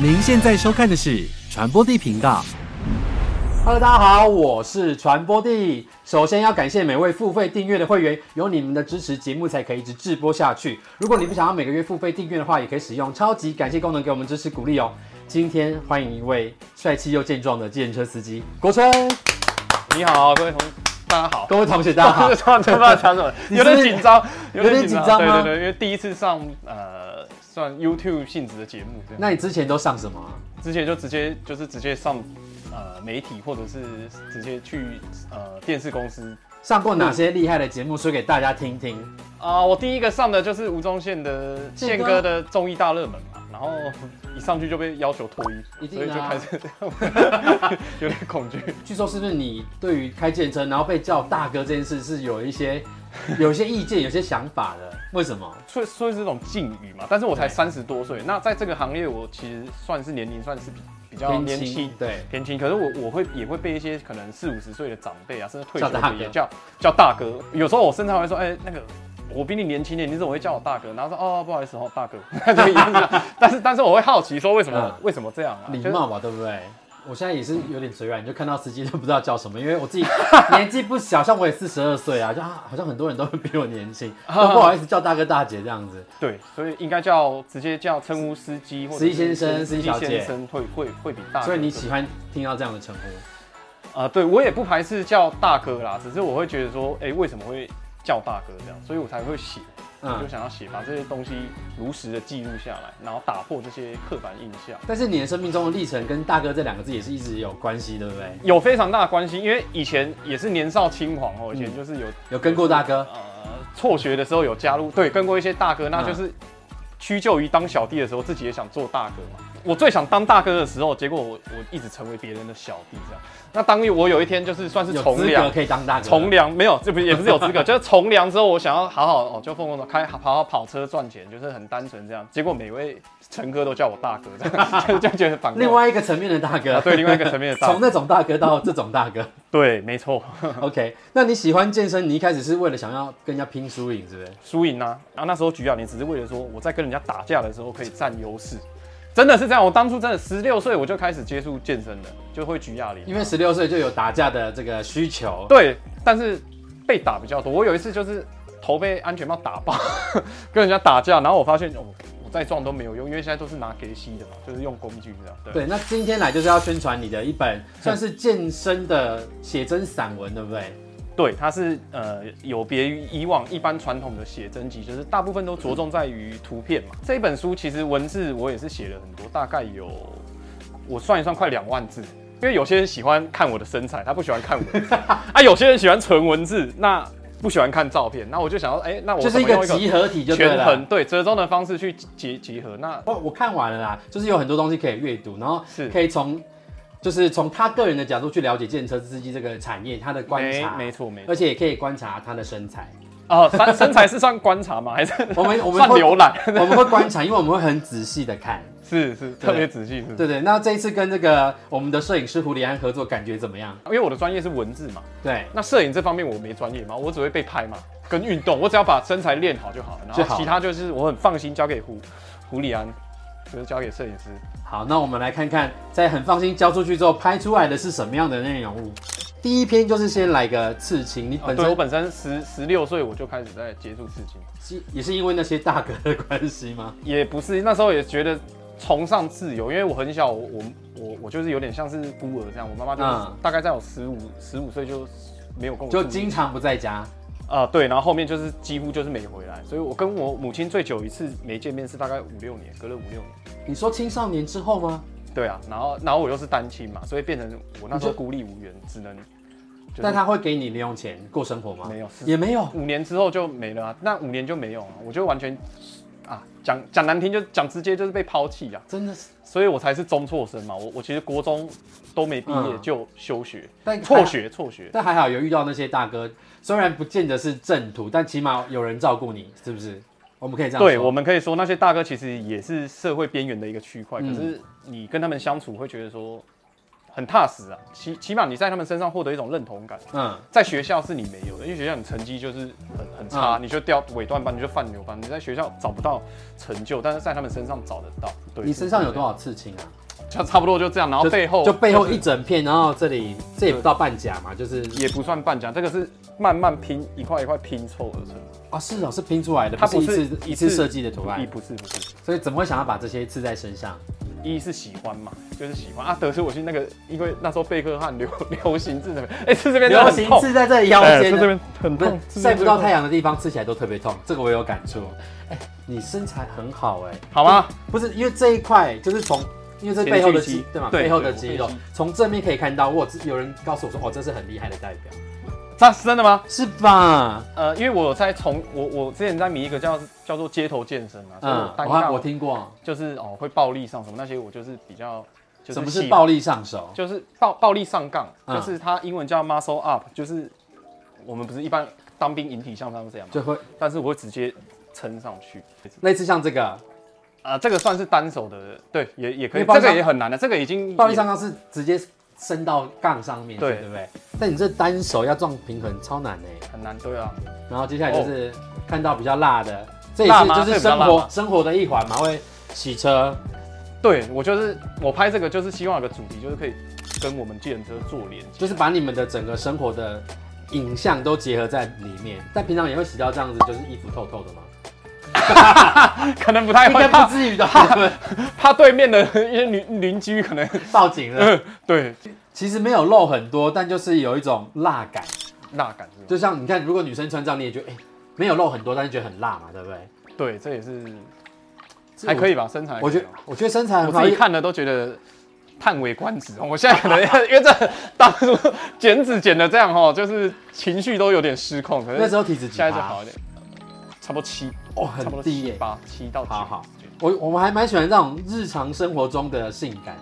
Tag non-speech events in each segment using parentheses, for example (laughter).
您现在收看的是传播地频道。 Hello，大家好，我是传播帝。首先要感谢每位付费订阅的会员，有你们的支持，节目才可以一直直播下去。如果你不想要每个月付费订阅的话，也可以使用超级感谢功能给我们支持鼓励哦。今天欢迎一位帅气又健壮的计程车司机国春。你好，各位同大家好。各位同学，大家 (laughs) 好不。知道不知道讲什么，啊你 (laughs) 有是不是点紧张，有点紧张对吗对对，因为第一次上呃算 YouTube 性质的节目，这样。那你之前都上什么啊？之前就直接就是直接上呃媒体，或者是直接去呃电视公司上过哪些厉害的节目？说给大家听听。啊、我第一个上的就是吴宗宪的这个宪哥的综艺大热门嘛，然后一上去就被要求脱衣一服，啊定所以就的啊开始 (laughs) 有点恐惧。据说是不是你对于开健身然后被叫大哥这件事是有一 (laughs) 些有一些意见、有些想法的？为什么？所以所以是这种禁语嘛，但是我才三十多岁，那在这个行业我其实算是年龄算是比比较偏年轻轻。对。偏轻，可是我我会也会被一些可能四五十岁的长辈啊，甚至退休叫大的哥也叫叫大哥。有时候我甚至还会说，哎、那个我比你年轻点，你怎么会叫我大哥？然后说哦，不好意思哦，大哥， (laughs) 那就一样这样。但是但是我会好奇说为什么、嗯为什么这样啊？礼就是貌吧，对不对？我现在也是有点嘴软，就看到司机就不知道叫什么，因为我 (laughs) 自己年纪不小，像我也四十二岁啊，就啊好像很多人都会比我年 (laughs) 轻，都不好意思叫大哥大姐这样子。对，所以应该叫直接叫称呼司机或者司机先生是司司机机小姐先生会会会比大哥。所以你喜欢听到这样的称呼？啊、对我也不排斥叫大哥啦，只是我会觉得说，哎、为什么会叫大哥这样？所以我才会写，就嗯，想要写把这些东西如实的记录下来，然后打破这些刻板印象。但是你的生命中的历程跟大哥这两个字也是一直有关系，对不对？有非常大的关系，因为以前也是年少轻狂哦，嗯以前就是有、有跟过大哥，呃辍学的时候有加入，对，跟过一些大哥，嗯那就是屈就于当小弟的时候，自己也想做大哥嘛。我最想当大哥的时候，结果我我一直成为别人的小弟这样。那当我有一天就是算是有从资良格，可以当大哥。从良没有，这不也不是有资 (laughs) 格，就是从良之后，我想要好好哦，就凤凰岛开好好跑车赚钱，就是很单纯这样。结果每位乘客都叫我大 (laughs) 哥，这样就就觉得反过 (laughs) 来另外一个层面的大哥，啊对另外一个层面的大 (laughs) 哥从那种大哥到这种大哥。 (laughs) 对，没错， OK，那你喜欢健身，你一开始是为了想要跟人家拼输赢，是不是？输赢啊。然后那时候举哑铃只是为了说我在跟人家打架的时候可以占优势，真的是这样。我当初真的十六岁我就开始接触健身了，就会举哑铃。因为十六岁就有打架的这个需求，对，但是被打比较多。我有一次就是头被安全帽打爆， (laughs) 跟人家打架，然后我发现哦，我再撞都没有用，因为现在都是拿给吸的嘛，就是用工具这样。对，对，那今天来就是要宣传你的一本算是健身的写真散文，对不对？对，它是呃有别于以往一般传统的写真集，就是大部分都着重在于图片嘛。这一本书其实文字我也是写了很多，大概有我算一算快两万字。因为有些人喜欢看我的身材，他不喜欢 (laughs) 看文字啊；有些人喜欢纯文字，那不喜欢看照片。那我就想要，哎、那我就是一怎么用个集合体就对权了哦衡。对折中的方式去结结合。那我我看完了啦，就是有很多东西可以阅读，然后是可以从就是从他个人的角度去了解电车司机这个产业，他的观察，没没错没错而且也可以观察他的身 (laughs) 材。哦，身身材是算观察吗？还 (laughs) 是我们我们算会 (laughs) 浏览？我们会观察，因为我们会很仔细的看。 (laughs) 是是特别仔细是不是。 (laughs) 对对，那这一次跟这个我们的摄影师胡里安合作，感觉怎么样？因为我的专业是文字嘛，对，那摄影这方面我没专业嘛，我只会被拍嘛，跟运动，我只要把身材练好就好了，就然好后其他就是我很放心交给胡胡里安，就是交给摄影师。好，那我们来看看，在很放心交出去之后，拍出来的是什么样的内容物。第一篇就是先来个刺青，你啊本对我身本身十十六岁我就开始在接触刺青，是也是因为那些大哥的关系 (laughs) 吗？也不是那时候也觉得崇尚自由，因为我很小，我我我我就是有点像是孤儿这样，我妈妈就是嗯大概在我十五十五岁就没有跟我就住经常不在家，啊、对，然后后面就是几乎就是没回来，所以我跟我母亲最久一次没见面是大概五六年，隔了五六年。你说青少年之后吗？对啊，然后然后我又是单亲嘛，所以变成我那时你候就孤立无援，只能就是但他会给你零用钱过生活吗？没有是也没有。五年之后就没了啊，那五年就没有了，我就完全啊讲讲难听就讲直接就是被抛弃啊，真的是，所以我才是中辍生嘛。我我其实国中都没毕业嗯哎就休学，但辍学辍学。但还好有遇到那些大哥，虽然不见得是正途，但起码有人照顾你，是不是？我们可以这样说。对，我们可以说那些大哥其实也是社会边缘的一个区块，嗯可是你跟他们相处会觉得说很踏实啊，起起码你在他们身上获得一种认同感。嗯，在学校是你没有的，因为学校你成绩就是很很差，嗯你就掉尾段班，你就放牛班，你在学校找不到成就，但是在他们身上找得到。对，你身上有多少？少刺青啊？就差不多就这样，然后就哦背后就背后是一整片，然后这里这也不到半甲嘛，就是也不算半价，这个是慢慢拼一块一块拼凑而成，啊是哦是拼出来的，它不是不一是次一一次次设计的图一案，不是不是，所以怎么会想要把这些刺在身上？一是喜欢嘛，就是喜欢啊。得是我去那个，因为那时候贝克汉流 (laughs) 流行字那边，哎、刺这边真的流很行痛，刺在这里腰哎间刺的，这边很啊不是痛，刺这晒边不到太最痛，阳的地方刺起来都特别痛，这个我有感触。哎，你身材很好哎，好吗？不是因为这一块就是从。因为这背后的前肌锯肌对嘛，对背后的对肌肉我可以，从正面可以看到。我有有人告诉我说，哦，这是很厉害的代表，那是真的吗？是吧？呃，因为我有在从我我之前在迷一个叫叫做街头健身啊，所以我嗯，单我看杠我听过，就是哦会暴力上什么那些，我就是比较就是什么是喜暴力上手？就是暴暴力上杠，嗯就是它英文叫 muscle up，就是我们不是一般当兵引体向上是这样嘛，就会但是我会直接撑上去。类似像这个啊、这个算是单手的，对，也也可因以，为暴力这上个也很难的，这个已经暴力上杠是直接伸到杠上面去，对对不对？但你这单手要撞平衡超难哎。很难，对啊，然后接下来就是看到比较辣的，这也哦辣是吗就是这比较生辣活吗生活的一环嘛，会洗车，对我就是我拍这个就是希望有个主题，就是可以跟我们计程车做连接，就是把你们的整个生活的影像都结合在里面。但平常也会洗到这样子，就是衣服透透的嘛，可能不太应会该怕不至于的， (laughs) 你们怕对面的一些邻邻居可能报警了。对其实没有露很多，但就是有一种辣感。辣感是吧？就像你看，如果女生穿这样，你也觉得哎、没有露很多，但是觉得很辣嘛，对不对？对，这也是还可以吧，身材还可以我吧觉得我觉得身材很我好自己，看了都觉得叹为观止。哦我现在可能因为这当初剪纸剪的这样哈，就是情绪都有点失控，可那是时候体脂几现在就趴好，一点，差不多七，哦，差很不多低七耶。八七到九。好好我我们还蛮喜欢这种日常生活中的性感，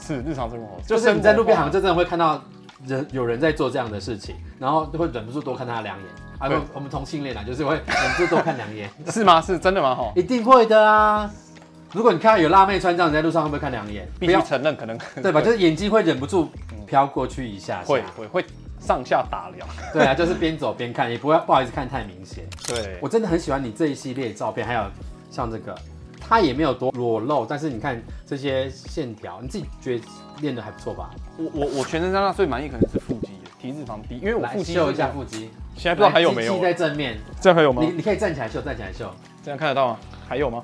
是日常生活， (laughs) 就就是你在路边好像生就真的会看到人有人在做这样的事情，然后就会忍不住多看他两眼。啊，对我我们同性恋啊，就是会忍不住多看两眼，活是吗？是真的吗？哈，一定会的啊。如果你看到有辣妹穿这样，你在路上会不会看两眼？必不须要，承认，可能 (laughs) 对吧？就是眼睛会忍不住飘过去一下下。会会会上下打量。对啊，就是边走边看，也不会不好意思看太明显。对，我真的很喜欢你这一系列照片，还有像这个，它也没有多裸露，但是你看这些线条，你自己觉得练的还不错吧？我我我全身上下最满意可能是腹肌，体脂肪低，因为我来腹肌秀一是这下样，腹肌，现在不知道还有没来有啊鸡鸡，在正面，这样还有吗你？你可以站起来秀，站起来秀。这样看得到吗？还有吗？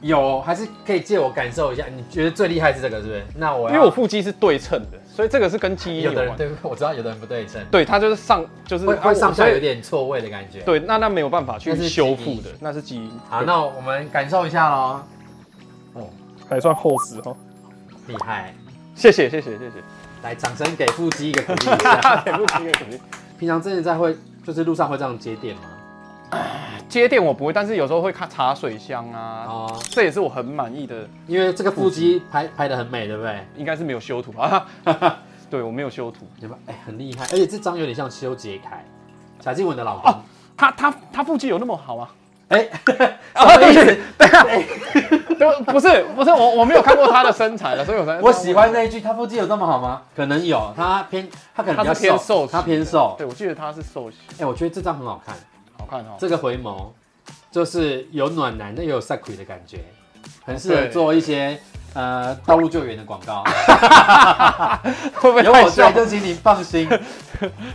有，还是可以借我感受一下。你觉得最厉害是这个，是不是？那我因要为我腹肌是对称的，所以这个是跟基因啊有有的关人。对，我知道有的人不对称，对，它就是上就是会啊会上下有。我所以点错位的感觉。对，那那没有办法去那是基因修复的，那是基因。好，对那我们感受一下喽。哦，还算厚实哦哈。厉害！谢谢谢谢谢谢， (laughs) 来，掌声给腹肌一个鼓励一下。给不起给不起。平常真的在会，就是路上会这样接电吗？接电我不会，但是有时候会看茶水香啊，哦，这也是我很满意的，因为这个腹肌拍拍的很美，对不对？应该是没有修图啊。 (laughs) 对我没有修图，对吧？哎、很厉害，而且这张有点像修杰楷，贾静雯的老公。哦他他他腹肌有那么好吗？哎、 (laughs) 啊什么意对 (laughs) 思？ (laughs) 对，不是不是，我我没有看过他的身材了，所以我才我喜欢那一句，他腹肌有这么好吗？可能有，他偏他可能比较他是偏瘦他偏瘦。对，我记得他是瘦型，哎、我觉得这张很好看，好看哦。这个回眸就是有暖男，但又有 s a k 的感觉，很适合对做一些呃道路救援的广 (laughs) 告。会不会有太我笑在，？就请您放 (laughs) 心。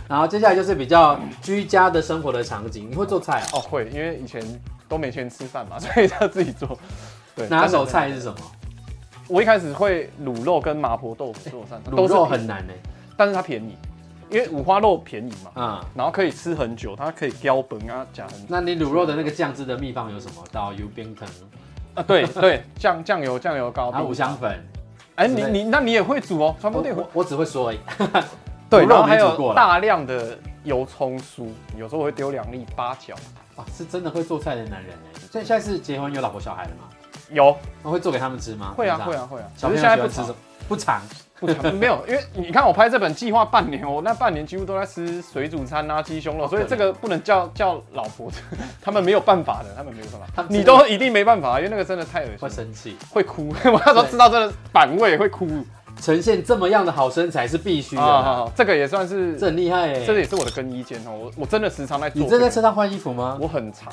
然后接下来就是比较居家的生活的场景，你会做菜、哦？哦，会，因为以前都没钱吃饭嘛，所以要自己做。对，拿手但菜是什么？是我一开始会卤肉跟麻婆豆腐做上，卤是肉便宜很，难欸呢、但是它便宜，因为五花肉便宜嘛，啊、然后可以吃很久，它可以标本啊，夹很久。那你卤肉的那个酱汁的秘方有什么？到油冰藤， (laughs) 啊，对对，酱酱油酱油膏，然后五香。粉。哎，之你类的你那你也会煮哦，传我播电会我我只会说而已。对，卤肉然后还没煮过有啦大量的油葱酥，有时候我会丢两粒八角，哇，哦是真的会做菜的男人哎。现现在是结婚有老婆小孩了吗？有那会做给他们吃吗？会啊平常会。啊会啊，只小朋是友现喜在不欢吃吃什么？不常。不常没有，因为你看我拍这本计划半年，我那半年几乎都在吃水煮餐啊、鸡胸肉，所以这个不能叫叫老婆，他们没有办法的，他们没有办他法们，你真的都一定没办法，因为那个真的太恶会心，生气。 (laughs) 会哭。我那时候对吃到真的反胃会哭，呈现这么样的好身材是必须的啊，好啦，好这个也算是，这这很厉害哎。也是我的更衣间哦。我我真的时常在做。你正在车上换衣服吗？我很长，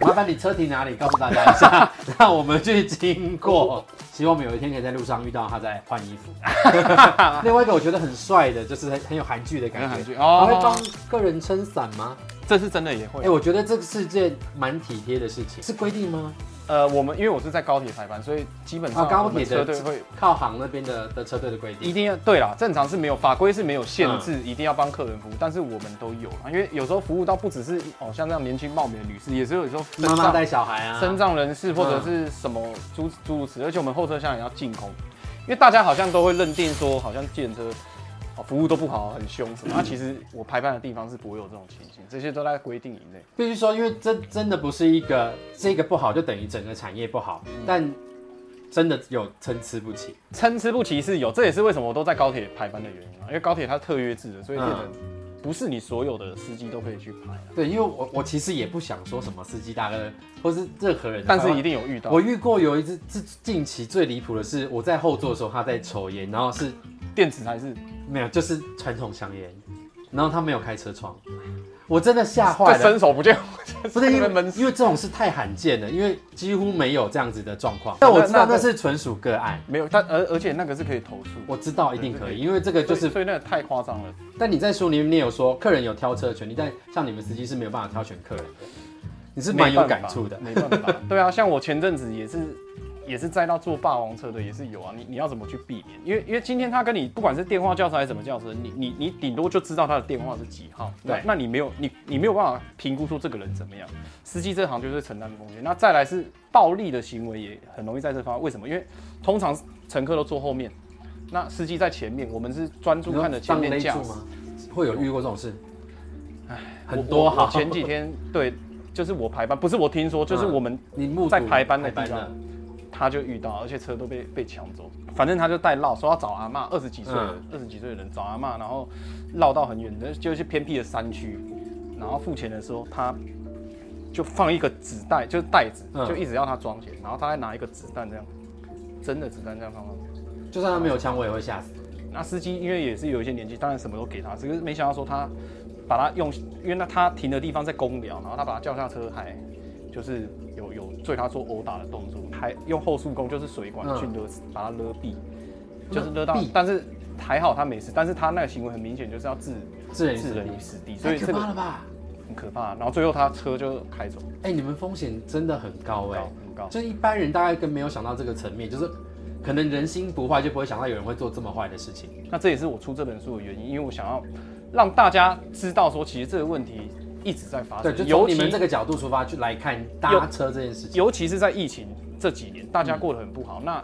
麻烦你车停哪里，告诉大家一下， (laughs) 让我们去经过。希望我们有一天可以在路上遇到他在换衣 (laughs) 服。另外一个我觉得很帅的，就是很很有韩剧的感很韩觉。剧他会帮哦，个人撑伞吗？这是真的也会哎、。我觉得这个是件蛮体贴的事情，是规定吗？呃，我们因为我是在高铁排班，所以基本上啊高我铁们的车队会靠行那边的的车队的规一定。定要对啦，正常是没有法规是没有限制，嗯一定要帮客人服务，但是我们都有啦，因为有时候服务到不只是哦像这样年轻貌美的女士，也是有时候身妈妈障带小孩啊，身障人士或者是什么诸诸如此类，而且我们后车厢也要净空，因为大家好像都会认定说好像计程车。哦服务都不好，很凶什么？啊那、其实我排班的地方是不会有这种情形，这些都在规定以内。必须说，因为这真的不是一个这个不好就等于整个产业不好，嗯但真的有参差不齐。参差不齐是有，这也是为什么我都在高铁排班的原因啊，因为高铁它特约制的，所以嗯变成不是你所有的司机都可以去排啊、对，因为我我其实也不想说什么司机大哥或是任何人，但是一定有遇到我遇过有一次，是近期最离谱的是，我在后座的时候他在抽烟，然后是电子还是没有就是传统香烟，然后他没有开车窗，我真的吓坏就了。伸手不见不是因为门因为这种事太罕见了，因为几乎没有这样子的状况。但我知道那那是纯属个案，没有，但而而且那个是可以投诉，我知道一定可以，因为这个就就是是。所以那个太夸张了。但你在书里面你有说，客人有挑车的权利，但像你们司机是没有办法挑选客人的，你是蛮有感触的。没办法，没办法。 (laughs) 对啊，像我前阵子也是，也是载到坐霸王车的，也是有啊。你你要怎么去避免？因为因为今天他跟你不管是电话叫车还是什么叫车，你你你顶多就知道他的电话是几号。那对那你没有你你没有办法评估说这个人怎么样。司机这行就是承担风险。那再来是暴力的行为也很容易在这方面，为什么？因为通常乘客都坐后面。那司机在前面，我们是专注看着前面你有驾当勒驶住。吗？会有遇过这种事？ (laughs) 很我多我我哈。前几天对，就是我排班，不是我听说，就是嗯我们你目睹在排班的排地方他就遇到，而且车都被被抢走。反正他就带绕，说要找阿嬷，二十几岁的嗯二十几岁的人找阿嬷，然后绕到很远的，就是偏僻的山区。然后付钱的时候，他就放一个纸袋，就是袋子，嗯就一直要他装钱，然后他还拿一个子弹这样，真的子弹这样放上去。就算他没有枪，我也会吓死。那司机因为也是有一些年纪，当然什么都给他，只是没想到说他把他用，因为那他停的地方在公寮，然后他把他叫下车，还就是有有对他做殴打的动作，还用后束弓就是水管嗯去勒、把他勒毙，就是勒到毙，但是还好他没事，但是他那个行为很明显就是要置致人于置死人于地，死地，所太以可这怕个了吧？很可怕。然后最后他车就开走，哎、你们风险真的很高很哎、高很高。就是一般人大概更没有想到这个层面，就是可能人心不坏，就不会想到有人会做这么坏的事情。那这也是我出这本书的原因，因为我想要让大家知道说，其实这个问题一直在发对，就生，啊尤从其你们这个角度出发去来看搭车这件事情。尤其是在疫情这几年，大家过得很不好。那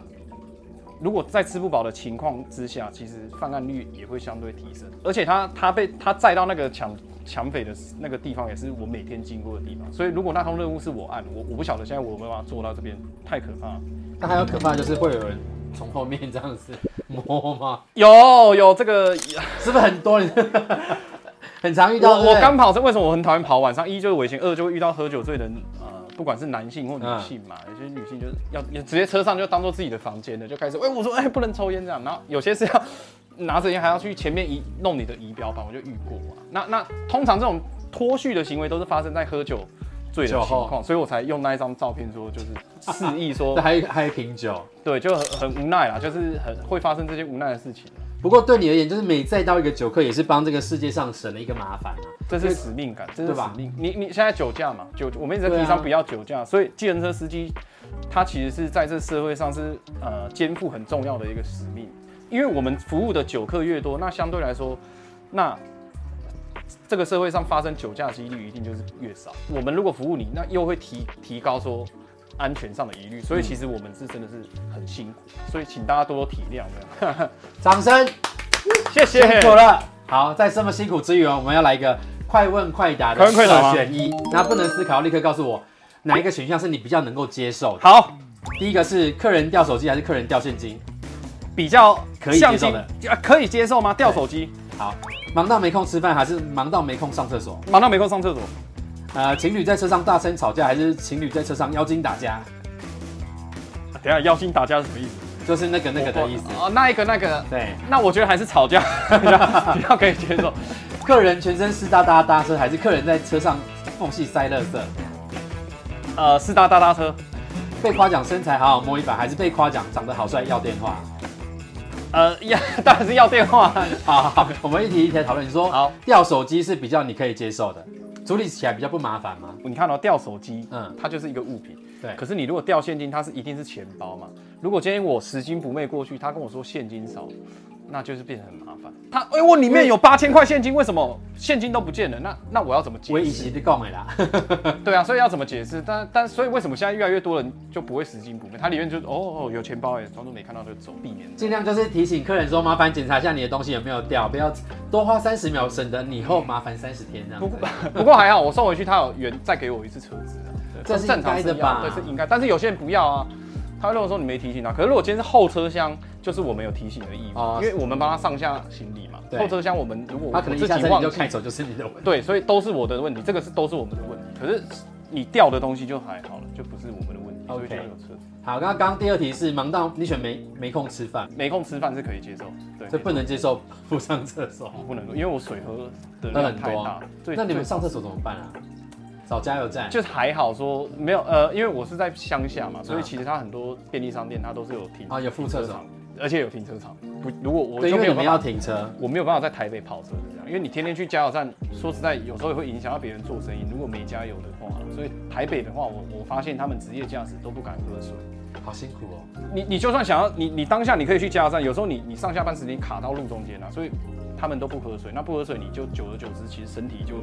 如果在吃不饱的情况之下，其实犯案率也会相对提升。而且他他被他载到那个抢抢匪的那个地方，也是我每天经过的地方。所以如果那通任务是我按，我我不晓得现在我有没有办法做到这边，太可怕了。但还有可怕的就是会有人从后面这样子摸吗？有有这个，是不是很多人很常遇到？我对不我对刚跑是为什么我很讨厌跑晚上？一就是危险，二就会遇到喝酒醉的人，呃，不管是男性或女性嘛，有些女性就是要要直接车上就当做自己的房间了，就开始，哎、我说，哎、不能抽烟这样，然后有些是要拿着烟还要去前面仪弄你的仪表板，我就遇过啊。那那通常这种脱序的行为都是发生在喝酒醉的酒情后况，所以我才用那一张照片说，就是示意说对，还有还有一瓶酒。对，就很很无奈啦，就是很会发生这些无奈的事情，不过对你而言，就是每载到一个酒客，也是帮这个世界上省了一个麻烦啊。这是使命感，这是对使吧命。你你现在酒驾嘛，酒我们一直在对啊提倡不要酒驾，所以计程车司机他其实是在这社会上是呃肩负很重要的一个使命，因为我们服务的酒客越多，那相对来说，那这个社会上发生酒驾的几率一定就是越少。我们如果服务你，那又会提提高说安全上的疑虑，所以其实我们是真的是很辛苦，所以请大家多多体谅，这样掌声，谢辛谢。苦了。好，在这么辛苦之余哦，我们要来一个快问快答的快问快答吗二选一，那不能思考，立刻告诉我哪一个选项是你比较能够接受的。好，第一个是客人掉手机还是客人掉现金？比较可以接像受金的啊可以接受吗？掉手机。好，忙到没空吃饭还是忙到没空上厕所？忙到没空上厕所，呃，情侣在车上大声吵架还是情侣在车上妖精打架？等一下妖精打架是什么意思？就是那个啊那个的意思。哦，那一个那个，对，那我觉得还是吵架 (laughs) 比较比较可以接受。客人全身湿哒哒搭车，还是客人在车上缝隙塞垃圾？呃，四大大搭车，被夸奖身材好好摸一把，还是被夸奖长得好帅要电话？呃，要 (laughs) 当然是要电话。好好，好我们一题一题来讨论。你说好，掉手机是比较你可以接受的，处理起来比较不麻烦吗？你看哦，掉手机，嗯嗯，它就是一个物品。对可是你如果掉现金，它是一定是钱包嘛。如果今天我拾金不昧过去，他跟我说现金少，那就是变得很麻烦。他，哎、我里面有八千块现金，为什么现金都不见了？那那我要怎么我解以释？前就讲的 (laughs) 啦，对啊，所以要怎么解释？但但所以为什么现在越来越多人就不会拾金不昧？他里面就是哦哦有钱包哎，装作没看到就走，避 (laughs) 免。尽量就是提醒客人说，麻烦检查一下你的东西有没有掉，不要多花三十秒，省得你以后麻烦三十天这样不子。 (laughs) 过不过还好，我送回去他有原再给我一次车资啊，对这是正常应该的是要吧对，是应该。但是有些人不要啊，他会认为说你没提醒他。可是如果今天是后车厢，就是我们有提醒的义务，哦因为我们帮他上下行李嘛。对后车厢我们如果他可能一下我自车己你忘就记开，走，就是你的问题。对，所以都是我的问题，这个是都是我们的问题。可是你掉的东西就还好了，就不是我们的问题，所以 OK 就有车资。好，刚刚第二题是忙到你选没没空吃饭，没空吃饭是可以接受，对，这不能接受不上厕所。不能，因为我水喝的喝量很太多啊大。，对那你对们上厕所怎么办啊？找加油站。就是还好说没有呃，因为我是在乡下嘛，所以其实它很多便利商店它都是有停啊有副厕所停场，而且有停车场。不，如果我对，就因没为有你们办要法，停车，我没有办法在台北跑车是这样，因为你天天去加油站，说实在有时候也会影响到别人做生意。如果没加油的话，所以台北的话，我我发现他们职业驾驶都不敢喝水。好辛苦哦。你你就算想要你你当下你可以去加油站，有时候你你上下班时间卡到路中间啊了、所以他们都不喝水。那不喝水，你就久而久之，其实身体就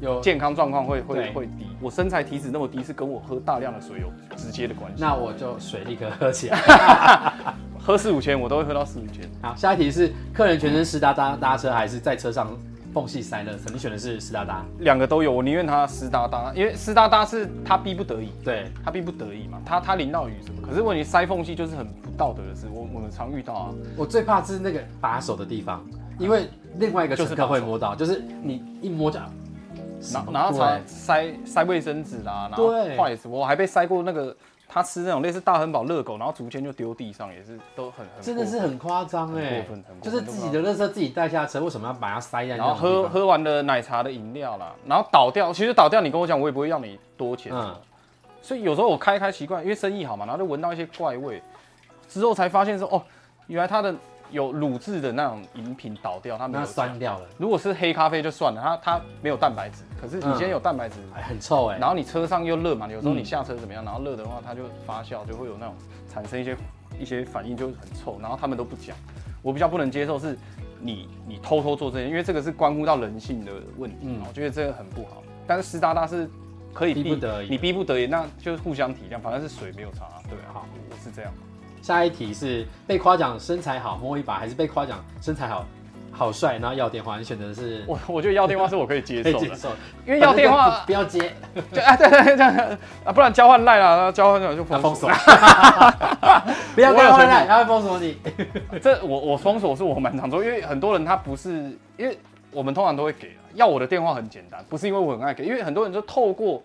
有健康状况会会对会低。我身材体脂那么低，是跟我喝大量的水有直接的关系。那我就水立刻喝起来。喝四五千，我都会喝到四五千。好，下一题是客人全身湿哒哒搭车，还是在车上缝隙塞垃圾？你选的是湿哒哒。两个都有，我宁愿他湿哒哒，因为湿哒哒是他逼不得已，对，他逼不得已嘛，他他淋到雨什么。可是问题塞缝隙就是很不道德的事，我我们常遇到啊。我最怕是那个把手的地方，因为另外一个乘客会摸到，就是你一摸就，然后然后常塞塞卫生纸啦，然后对坏死我还被塞过那个他吃那种类似大汉堡热狗，然后竹签就丢地上，也是都很很真的是过分。很夸张哎很过分很，过分就是自己的垃圾自己带下车，为什么要把它塞在那然后种地喝方？喝完了奶茶的饮料啦，然后倒掉，其实倒掉你跟我讲，我也不会要你多钱。嗯，所以有时候我开一开习惯，因为生意好嘛，然后就闻到一些怪味，之后才发现说哦，原来它的有乳制的那种饮品倒掉，它没那有酸掉了，如果是黑咖啡就算了，它它没有蛋白质，可是你今天有蛋白质，哎，很臭哎。然后你车上又热嘛，有时候嗯你下车怎么样，然后热的话它就发酵，就会有那种产生一些一些反应，就很臭。然后他们都不讲，我比较不能接受是你你偷偷做这些，因为这个是关乎到人性的问题，哦嗯我觉得这个很不好。但是湿哒哒是可以逼不得已你逼不得已，那就是互相体谅，反正是水没有差，对啊，好我是这样。下一题是被夸奖身材好摸一把，还是被夸奖身材好好帅，然后要电话？你选择的是我我觉得要电话是我可以接可以 (laughs) 受接的，受，因为要电反正话 (laughs) 不不要接，就啊对对对对啊，不然交换赖啦，然后交换赖就要封封 (laughs) 锁锁。，不要电话来，他会封锁你。 (laughs) 这我我封锁是我蛮常做，因为很多人他不是，因为我们通常都会给啊，要我的电话很简单，不是因为我很爱给，因为很多人就透过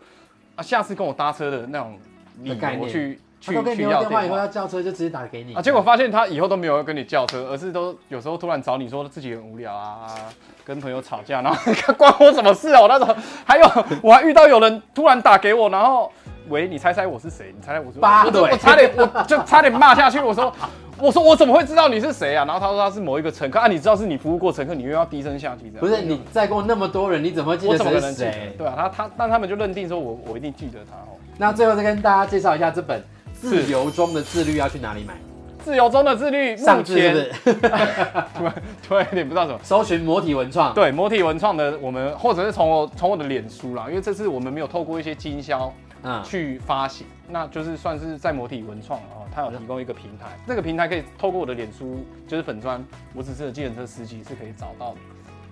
啊下次跟我搭车的那种理的概由念去他去都跟你去留了要电话以电后话要叫车就直接打给你啊，结果发现他以后都没有要跟你叫车，而是都有时候突然找你说自己很无聊啊，跟朋友吵架，然后关我什么事哦、那种还有我还遇到有人突然打给我，然后喂，你猜猜我是谁？你猜猜我是八我就我对差点我就差点骂下去，我说。我说我怎么会知道你是谁啊？然后他说他是某一个乘客啊，你知道是你服务过乘客，你又要低声下气这样。哎不是你载过那么多人，你怎么会记我得怎么可谁能是记得？谁？对啊，他他但他们就认定说我我一定记得他哦。那最后再跟大家介绍一下这本《自由中的自律》要去哪里买？自由中的自律，目上智前是不是？突然突然有点不知道怎么。搜寻魔体文创。对，魔体文创的我们，或者是从我从我的脸书啦，因为这次我们没有透过一些经销嗯，去发行，那就是算是在魔体文创哦，它有提供一个平台，这个平台可以透过我的脸书，就是粉砖，我只是个计程车司机是可以找到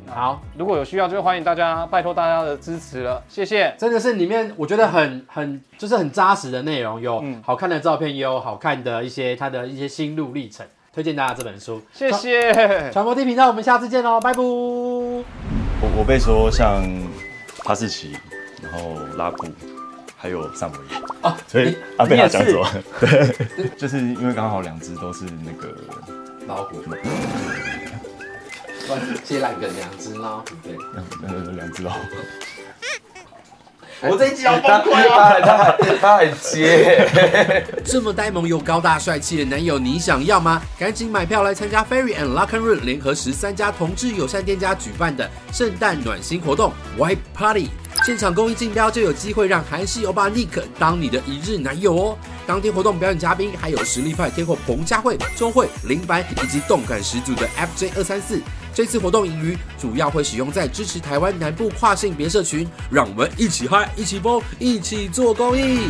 的。好，如果有需要，就欢迎大家拜托大家的支持了，谢谢。真的是里面我觉得很很就是很扎实的内容，有嗯好看的照片，也有好看的一些他的一些心路历程，推荐大家这本书。谢谢，传播地频道，我们下次见喽，哦拜拜。我我被说像哈士奇，然后拉布，还有萨摩耶，哦，所以你啊被你他也讲是走了。 (laughs) 对， (laughs) 就是因为刚好两只都是那个老虎，接烂梗两只老虎，对。两呃两只老虎，我这一集要崩溃他了。还他还他还接，这么呆萌又高大帅气的男友，你想要吗？赶紧买票来参加 Ferry and Lock and Room 联合十三家同志友善店家举办的圣诞暖心活动 White Party，现场公益竞标就有机会让韩式欧巴 Nick 当你的一日男友哦。当天活动表演嘉宾还有实力派天后彭佳慧、周慧、林凡以及动感十足的 FJ 二三四。这次活动盈余主要会使用在支持台湾南部跨性别社群，让我们一起嗨，一起疯，一起做公益。